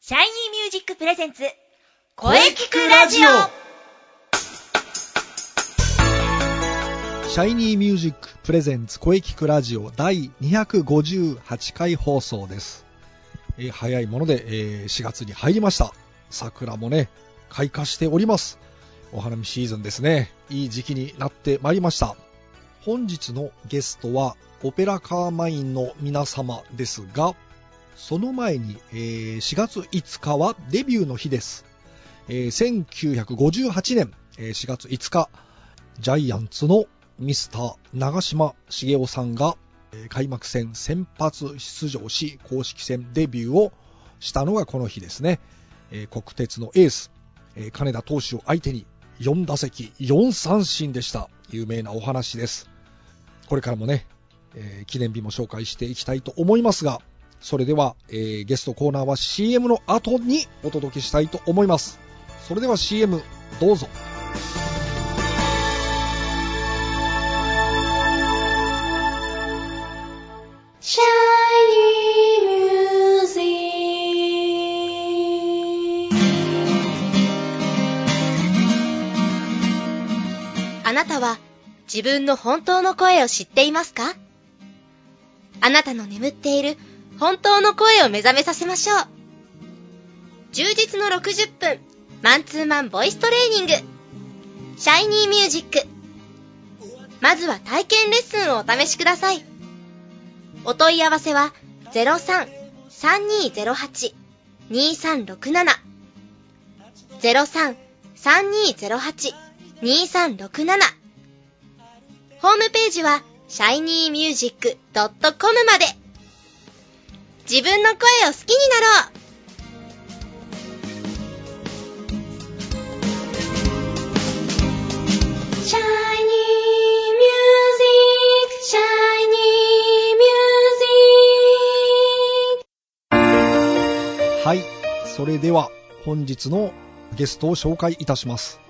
シャイニーミュージックプレゼンツ、声聞くラジオシャイニーミュージックプレゼンツ声聞くラジオ第258回放送です。えー早いもので、えー4月に入りました。桜もね、開花しております。お花見シーズンですね。いい時期になってまいりました。本日のゲストはオペラカーマインの皆様ですが、その前に、えー4月5日はデビューの日です。えー1958年、えー4月5日、ジャイアンツのミスター長嶋茂雄さんがえー開幕戦先発出場し公式戦デビューをしたのがこの日ですね、えー国鉄のエース、えー金田投手を相手に4打席4三振でした有名なお話ですこれからもね、えー記念日も紹介していきたいと思いますがそれでは、えーゲストコーナーは CM の後にお届けしたいと思いますそれでは CM どうぞシャイニーミュージックあなたは自分の本当の声を知っていますかあなたの眠っている本当の声を目覚めさせましょう。充実の60分、マンツーマンボイストレーニング。シャイニーミュージック。まずは体験レッスンをお試しください。お問い合わせは03-3208-2367 03-3208-2367ホームページは shinymusic.com まで自分の声を好きになろうシャイニーミュージック、シャイニーミュージック。はい、それでは本日のゲストを紹介いたします。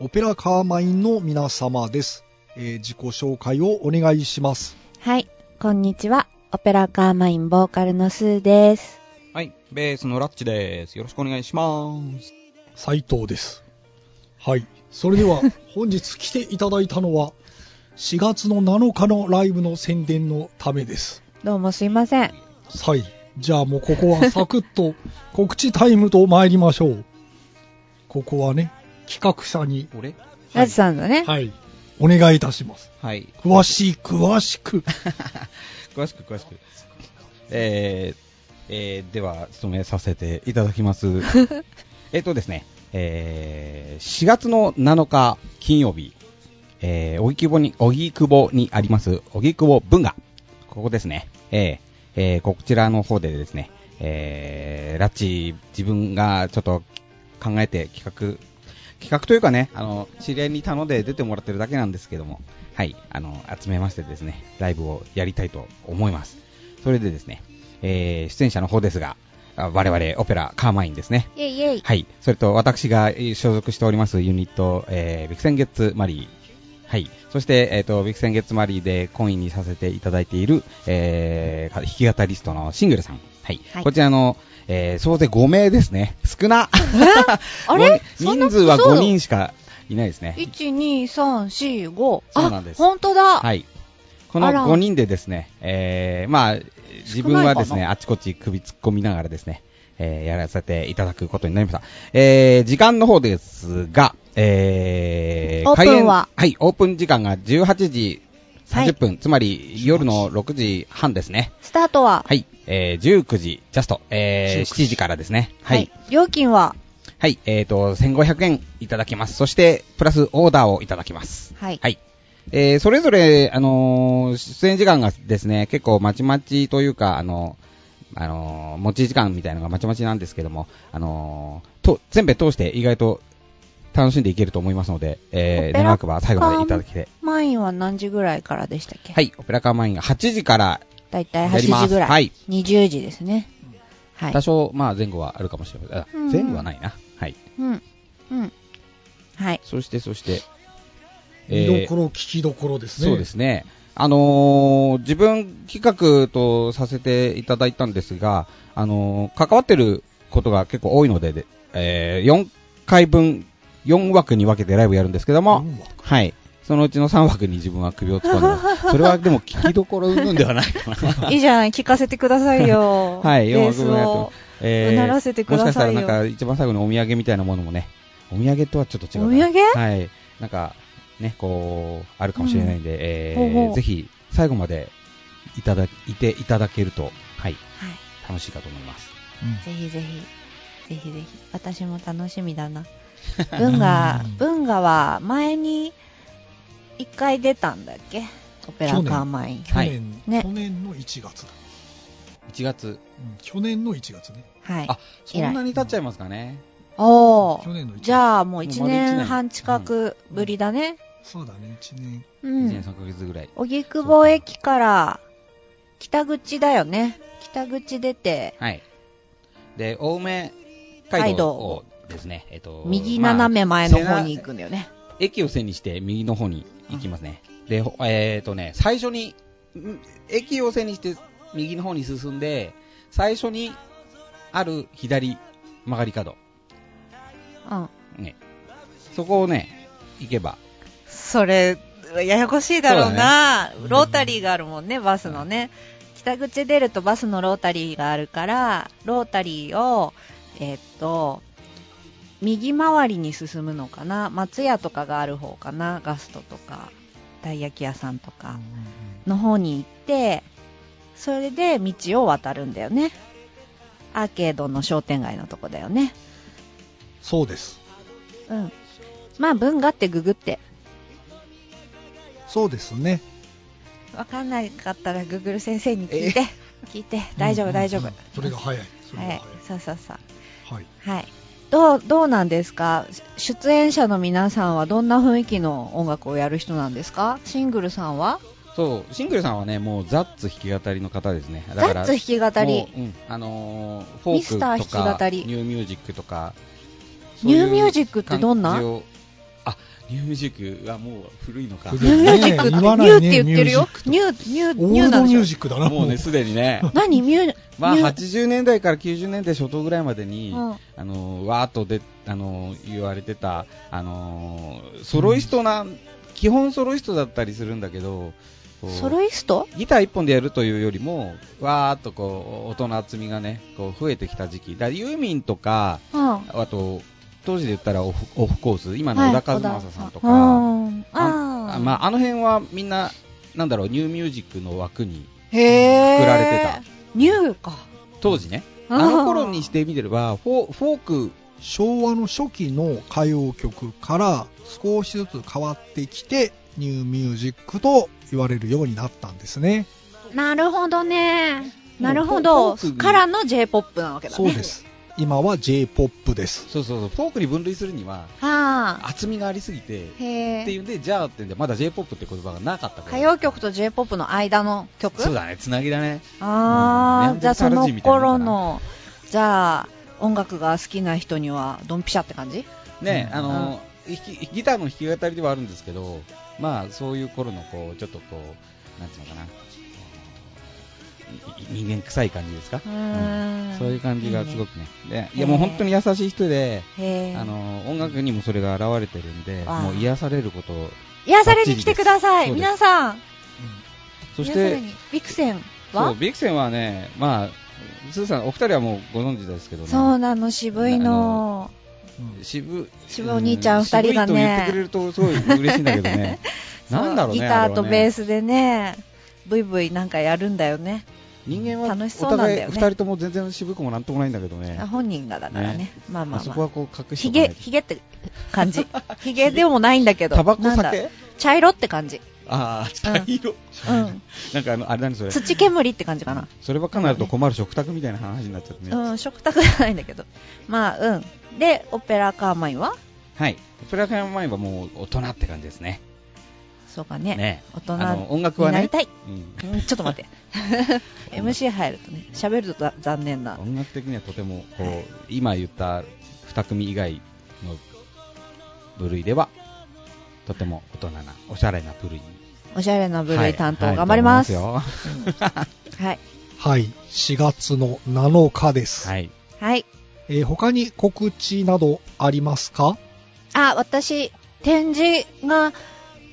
オペラカーマインの皆様です。えー自己紹介をお願いします。はい、こんにちは。オペラカーマインボーカルのスーです。はい、ベースのラッチです。よろしくお願いします。斉藤です。はい、それで は本日来ていただいたのは4月の7日のライブの宣伝のためです。どうもすいません。はい、じゃあもうここはサクッ と告知タイムと参りましょう。ここはね、企画者に、俺ラジさんのね、はい、お願いいたします。はい。 詳しい、詳し く。詳しく詳しく。えー、えー、では、務めさせていただ きます。えっとですね、えー、4月の7日金曜日、えー、荻窪に、荻窪にあります、荻窪文化。ここですね。えー、えー、こちらの方でですね、えー、ラッチ、自分がちょっと考えて企画、企画というかね、あの、知り合いに頼んで出てもらってるだけなんですけども、はい、あの、集めましてですね、ライブをやりたいと思います。それでですね、えー、出演者の方ですが、あ我々、オペラ、カーマインですね。イェイイェイ。はい。それと、私がえー所属しておりますユニット、えー、ビクセンゲッツマリー。はい。そして、えっ、と、ビクセンゲッツマリーで懇意にさせていただいている、えー、弾き語りストのシングルさん。はい。はいこちらの、えー、総勢5名ですね。少なあれ ごそんな人数はそう5人しかいないですね。 1、2、3、4、5。そうなんですあ、ほんとだ。はい。このあら5人でですね、えー、まあ、自分はです少ないね、あちこち首突っ込みながらですね、えー、やらせていただくことになりました。えー、時間の方ですが、えー、オープン開演ははい、オープン時間が18時はい30分、つまり夜の6時半ですね。スタートは、はい、えー、19時、ジャスト、えー、 19時7時からですね。はい。料金は、はい、えーと、1500円いただきます。そして、プラスオーダーをいただきます。はいえーそれぞれ、あのー出演時間がですね、結構まちまちというか、あのあのー持ち時間みたいなのがまちまちなんですけども、あのーと、全部通して意外と楽しんでいけると思いますので、オえー、ペラ長くは最後までいただきて。マインは何時ぐらいからでしたっけ。はいい、オペラカーマインが8時から、だいたいやります8時ぐらい。はい。 20時ですね。はい多。少、まあ前後はあるかもしれませんあうん。前後はないな。はい。うん。うん。 はい。そして、そして、見ーどころ、聞きどころですね。そうですね。あのー自分企画とさせていただいたんですが、あのー関わってることが結構多いので、でえ4回分、4枠に分けてライブやるんですけども、うんはい。そのうちの3枠に自分は首を突っ込んでます、それはでも聞きどころうんではないかな。いいじゃん、聞かせてくださいよ。はい、レ4ー枠ス分やってまをす。。えうならせてくださいよもしかしたらなんか一番最後にお土産みたいなものもね、お土産とはちょっと違うな。お土産はい。なんか、ね、こう、あるかもしれないんで、えーほうほうぜひ、最後まで、いただ、いていただけると、はい、はい楽しいかと思います。ぜひぜひ。ぜひぜひ。私も楽しみだ な。文が、文がは前に一回出たんだっけオペラカーマイン。去年、ね去年の1月だ、 1月。うん去年の1月ね。はいあ。、そんなに経っちゃいますかね。お去ー。年の1月。じゃあもう1もう丸一年年半近くぶりだね。そうだね、1年。う1ん年。3ヶ月ぐらい。荻窪駅から北口だよね。北口出て、はい。で、青梅街街道道をですね、えっと、右まあ斜め前の方に行くんだよね。駅を線にして右の方に行きますね。で、ほえっ、とね、最初に、ん駅を線にして右の方に進んで、最初にある左曲がり角、うん。ね、そこをね、行けば、それ、ややこしいだろううなだねロータリーがあるもんね、バスのね。北口出るとバスのロータリーがあるから、ロータリーを、えーっと、右回りに進むのかな松屋とかがある方かなガストとか、たい焼き屋さんとかの方に行って、それで道を渡るんだよね。アーケードの商店街のとこだよね。そうです。うん。まあ、文化ってググって。そうですね。わかんなかったらグーグル先生に聞いて、聞いて、大丈う夫、ん大丈夫。うんそれが早い。それがは早いい。、そうそうそう。はい。はい。どう、どうなんですか出演者の皆さんはどんな雰囲気の音楽をやる人なんですかシングルさんはそう、シングルさんはね、もうザッツ弾き語りの方ですね。だザからッツ弾き語もり。ううんあのーフォミスターークと弾きか、語りニューミュージックとか、ニューミュージックってどんなそういう感じをあ、ニューミュージックはもう古いのか。古いニ ューミュージックって、ねニュ言わーなっいてね言ってるよ。ニニュー、ニュー、オニューールなドんミでしューょジックだな、もうね、すでにね、何ミュー、まあ、ニュー80年代から90年代初頭ぐらいまでに、うんあのーわーっとで、あのー言われてた、あのーソロイストな、基本ソロイストだったりするんだけど、こうソロイストギター一本でやるというよりも、わーっとこう、音の厚みがね、こう増えてきた時期。だからユーミンとか、うん。はいあと、当時で言ったらオフオフコース、今の小田和正さんとか、うんああまあ。あ、あの辺はみんな、なんだろう、ニューミュージックの枠にへえ。作られてた。ニューか。当時ね。あーあの頃にしてみれば、フォフォーク、昭和の初期の歌謡曲から少しずつ変わってきて、ニューミュージックと言われるようになったんですね。なるほどね。なるほもうど。フォークからの J-POP なわけだね。そうです。今は J-POP です。そうそうそう、フォークに分類するには、はあ。厚みがありすぎて、っへていえ。うんで、じゃあってんで、まだ J-POP って言葉がなかった頃歌謡曲と J-POP の間の曲そうだね、つなぎだね。ああ、うんじゃあその頃のネ、じゃあ音楽が好きな人にはドンピシャって感じね、うんあの、弾きギターの弾き語りではあるんですけど、まあ、そういう頃の、こう、ちょっとこう、なんていうのかな、い人間臭い感じですか、ううんんそういう感じがすごく。くね、でいやもう本当に優しい人で、へえ。あの音楽にもそれが現れてるんで、わあもう癒されること、癒されに来てください、そうです皆さん。そし癒されて、に、ビクセンそはうビクセンはね、まあ、スーさん、お二人はもうご存知ですけどね、そうなの、渋いの。うん渋渋いお兄ちゃんう二人がね渋いと言ってくれると、すごい嬉しいんだけどね、 なんだろうギね、ターとベース、スでね、ブイブイなんかやるんだよね。人間は楽しおそうなんだよ互ねい、二人とも全然渋くもなんともないんだけどね、あ本人がだからね。ねまあまああそまこあ。はこう隠してひげ、ひげって感 じ。ひげでもないんだけど。タバコなんだ酒茶色って感じ。ああ、茶色、うん。なんかあの、あれ何それ、土煙って感じかな。そればっかになると困る食卓みたいな話になっちゃってね。うん、食卓じゃないんだけど。まあ、うん。で、オペラカーマインははい。プラカヤマインはもう大人って感じですね。そうかね。ね大あの人音楽にはなりね、たい。うん、うんちょっと 待って。MC 入るとね、喋るとざ残念な。音楽的にはとてもこう今言った2組以外の部類ではとても大人なおしゃれな部類におしゃれな部類担当、はい頑張ります。はいは頑張りい。はい。4月の7日です。ますよはいはい。えー他に告知などありますかあ、私、展示が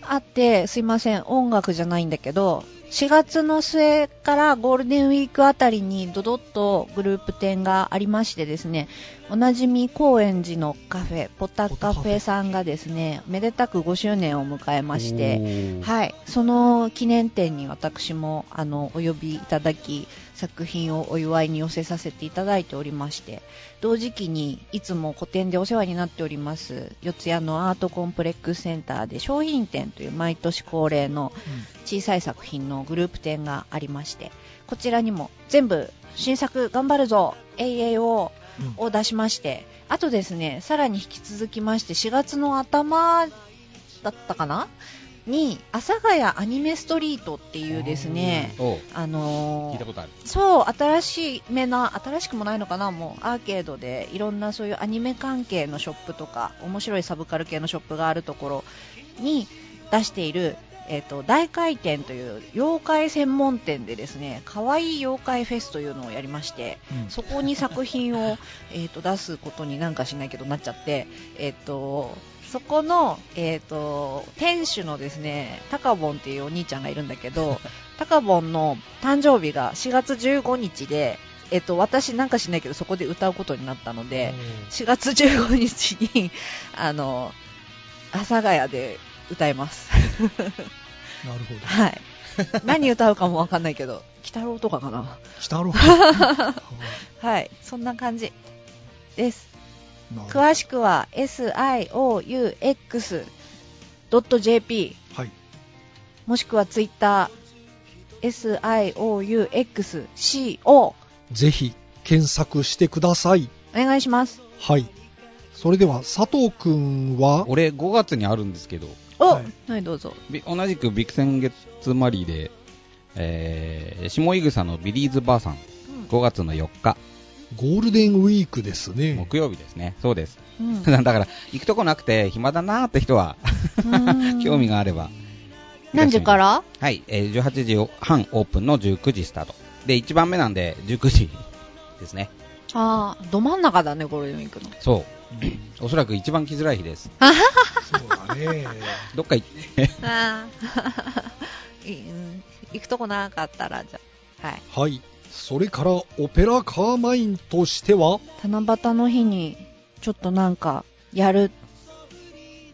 あって、すいません、音楽じゃないんだけど、4月の末からゴールデンウィークあたりにドドッとグループ展がありましてですね、おなじみ高円寺のカフェ、ポタカフェさんがですね、めでたく5周年を迎えまして、てはい、その記念展に私もあのお呼びいただき作品をお祝いに寄せさせていただいておりまして同時期にいつも個展でお世話になっております四谷のアートコンプレックスセンターで商品展という毎年恒例の小さい作品のグループ展がありましてこちらにも全部新作頑張るぞ AAO うんを出しまして、あとですねさらに引き続きまして4月の頭だったかなに阿佐ヶ谷アニメストリートっていうですねおうあの聞いーたことある。そう新しめな新しくもないのかなもうアーケードでいろんなそういうアニメ関係のショップとか面白いサブカル系のショップがあるところに出している、えっと大回転という妖怪専門店でですね可愛い妖怪フェスというのをやりましてうんそこに作 品を、えー、と出すことになんかしないけどなっちゃって、えー、とそこの、えー、と店主のですねタカボンっていうお兄ちゃんがいるんだけ どタカボンの誕生日が4月15日で、えー、と私なんかしないけどそこで歌うことになったので4月15日にあの阿佐ヶ谷で歌います。なるほど。はい、何歌うかもわかんないけど鬼太郎とかかな。した ろう。はい、そんな感じです。い。詳しくは sioux.jp はい。もしくは Twitter siouxco おぜひ、検索してください。願いします。はい。それでは、佐藤くんは、俺、5月にあるんですけど、お、ははいい、どうぞ。び同じくビクセンゲッツマリーで、えー、下井草のビリーズバーさん、5月の4日、ゴールデンウィークですね。木曜日ですね。そうです。うん だから、行くとこなくて暇だなーって人は、 興味が。があれば。何時からはい、えー18時半オープンの19時スタート。で、1番目なんで19時ですね。ああ、ど真ん中だね、ゴールデンウィークの。そう。おそらく一番来づらい日です。そうだね。どっか行って、あ あ、いうん行くとこなかったら、じゃあ。はい。はい。それから、オペラカーマインとしては、七夕の日に、ちょっとなんか、やる、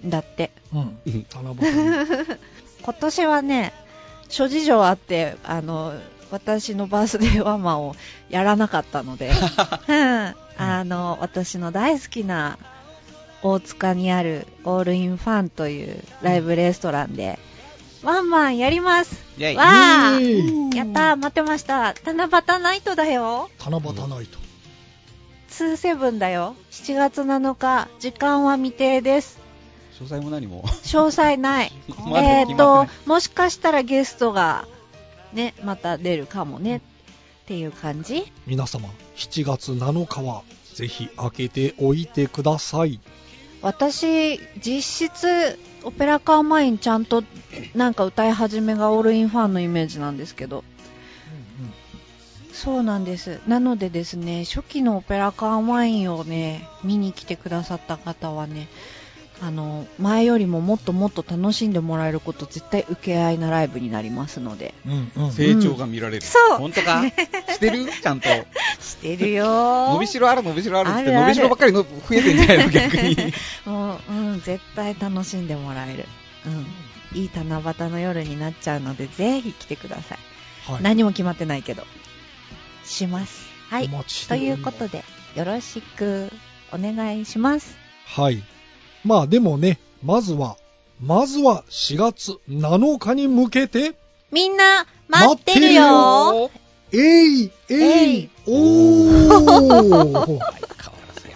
んだって。うんうん七夕今年はね諸事情あってあの私のバースデーワンマンをやらなかった ので、うん、あの私の大好きな大塚にあるオールインファンというライブレストランでワンマンやりますイェイわあイエーイやったー待ってました七夕ナイトだよ七夕ナイト。 2セブンだよ7月7日時間は未定です詳細も何も。詳細ないまだえ決ー、まとってない、もしかしたらゲストが、ね、また出るかもね、っていう感じ皆様、7月7日は、ぜひ開けておいてください。私、実質、オペラカーマインちゃんと、なんか歌い始めがオールインファンのイメージなんですけど、そうなんです。なのでですね、初期のオペラカーマインをね、見に来てくださった方はね、あの、前よりももっともっと楽しんでもらえること、絶対受け合いなライブになりますので。うんうん 成長が見られる。そう本当かしてる ちゃんと。して るよー伸びしろある伸びしろあるって言ってあるある伸びしろばっかりの増えてんじゃないの逆に。もう、うん、絶対楽しんでもらえる。うん。いい七夕の夜になっちゃうので、ぜひ来てください。はい。何も決まってないけど。します。はいお。待ちしてとおりいまうすことで、よろしくお願いします。はい。まあでもね、まずは、まずは4月7日に向けて、みんな、待ってるよおーえい、ええいい、おー こ 相変わら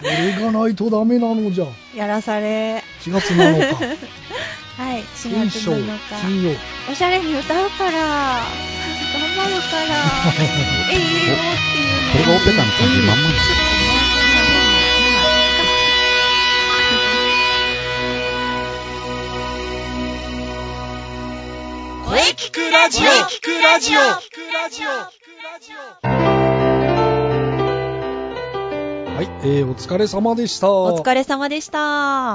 ずやれがないとダメなのじゃ。やらされ。 4月7日、 はい。4金月賞、 7日。金曜。おしゃれに歌うから、頑張るから、えいえいよっていうのこれがオペラの感じまんちょっとね今今ま今だ。声聞くラジオ聞くラジオ聞くラジオはい、えーお疲れ様でした。 お疲れ様でした。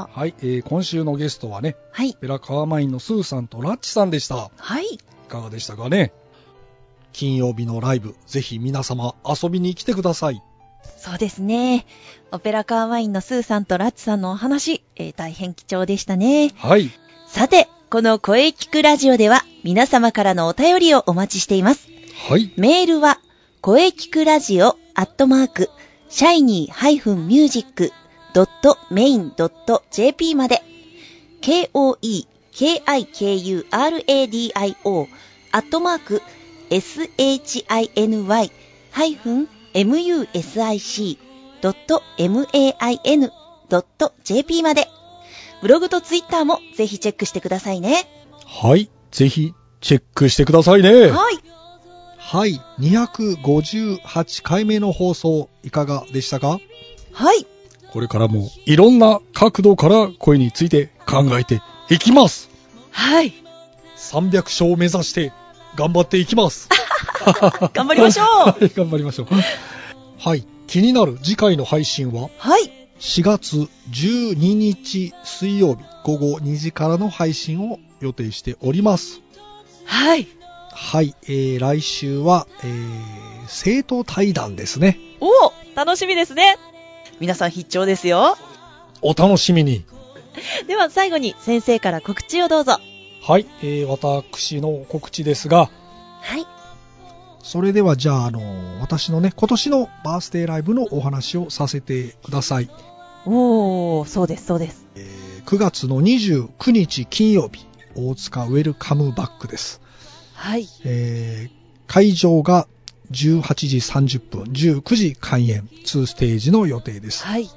はい、えー今週のゲストはね、はい。ペラカーマインのスーさんとラッチさんでした。はい。いかがでしたかね金曜日のライブ、ぜひ皆様遊びに来てください。そうですね。オペラカーワインのスーさんとラッツさんのお話、えー大変貴重でしたね。はい、さて、この声聞くラジオでは皆様からのお便りをお待ちしています。はい、メールは、声聞くラジオアットマーク、シャイニー -music.main.jp まで、k-o-e-k-i-k-u-r-a-d-i-o アットマーク、shiny-music.main.jp まで、ブログとツイッターもぜひチェックしてくださいね。はい、ぜひチェックしてくださいね。はい。はい、258回目の放送いかがでしたかはい。これからもいろんな角度から声について考えていきます。はい。 300勝を目指して頑張っていきます。頑張りましょう は い、頑張りましょう。 はい、気になる次回の配信ははい。 4月12日水曜日午後2時からの配信を予定しております。はい。はい、えー、来週は、えー、生徒対談ですね。おお楽しみですね皆さん必聴ですよお楽しみに。では最後に先生から告知をどうぞはい、えー、私の告知ですが、はいそれではじゃあ、あの、私のね、今年のバースデーライブのお話をさせてください。おおそうですそうですえー9月の29日金曜日、大塚ウェルカムバックです。はいえー会場が18時30分、19時開演、2ステージの予定です。はい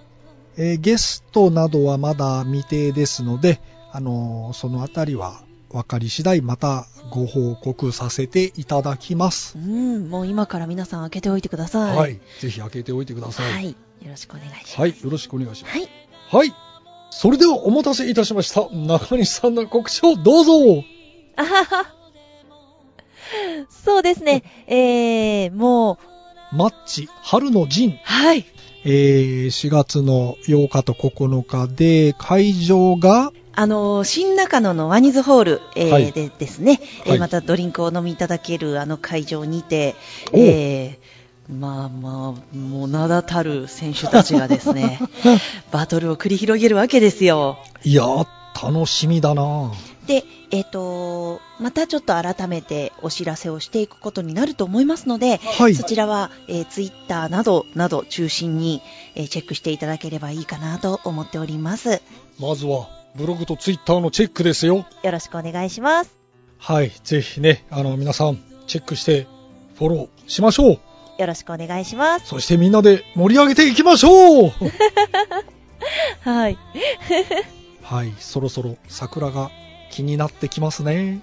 えーゲストなどはまだ未定ですので、あのーそのあたりは分かり次第またご報告させていただきますう。んもう今から皆さん開けておいてくださいはい。ぜひ開けておいてください。はい、よろしくお願いしますはい、よろしくお願いします。はい。はい。それではお待たせいたしました。中西さんの告知をどうぞ。あはは そうですねえー、もうマッチ、春の陣。はいえー、4月の8日と9日で、会場が、あの新中野のワニズホール、えーはいでですね、えーはいまたドリンクをお飲みいただけるあの会場にて、おえーまあまあ、もう名だたる選手たちがで すねバトルを繰り広げるわけですよ。いやー、楽しみだなで、えー、とまたちょっと改めてお知らせをしていくことになると思いますので、はいそ。ちらは、えツイッター Twitter などなど中心に、えーチェックしていただければいいかなと思っております。まずは、ブログとツイッターのチェックですよ。よろしくお願いします。はい、ぜひね、あの、皆さん、チェックして、フォローしましょう。よろしくお願いします。そしてみんなで盛り上げていきまし ょうはい。はい、そろそろ桜が気になってきますね。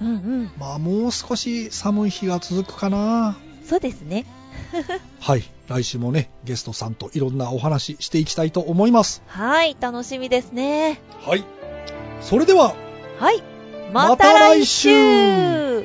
うんうん。まあ、もう少し寒い日が続くかなそうですね。はい、来週もね、ゲストさんといろんなお話していきたいと思います。はい、楽しみですね。はい。それでは、はい。また来週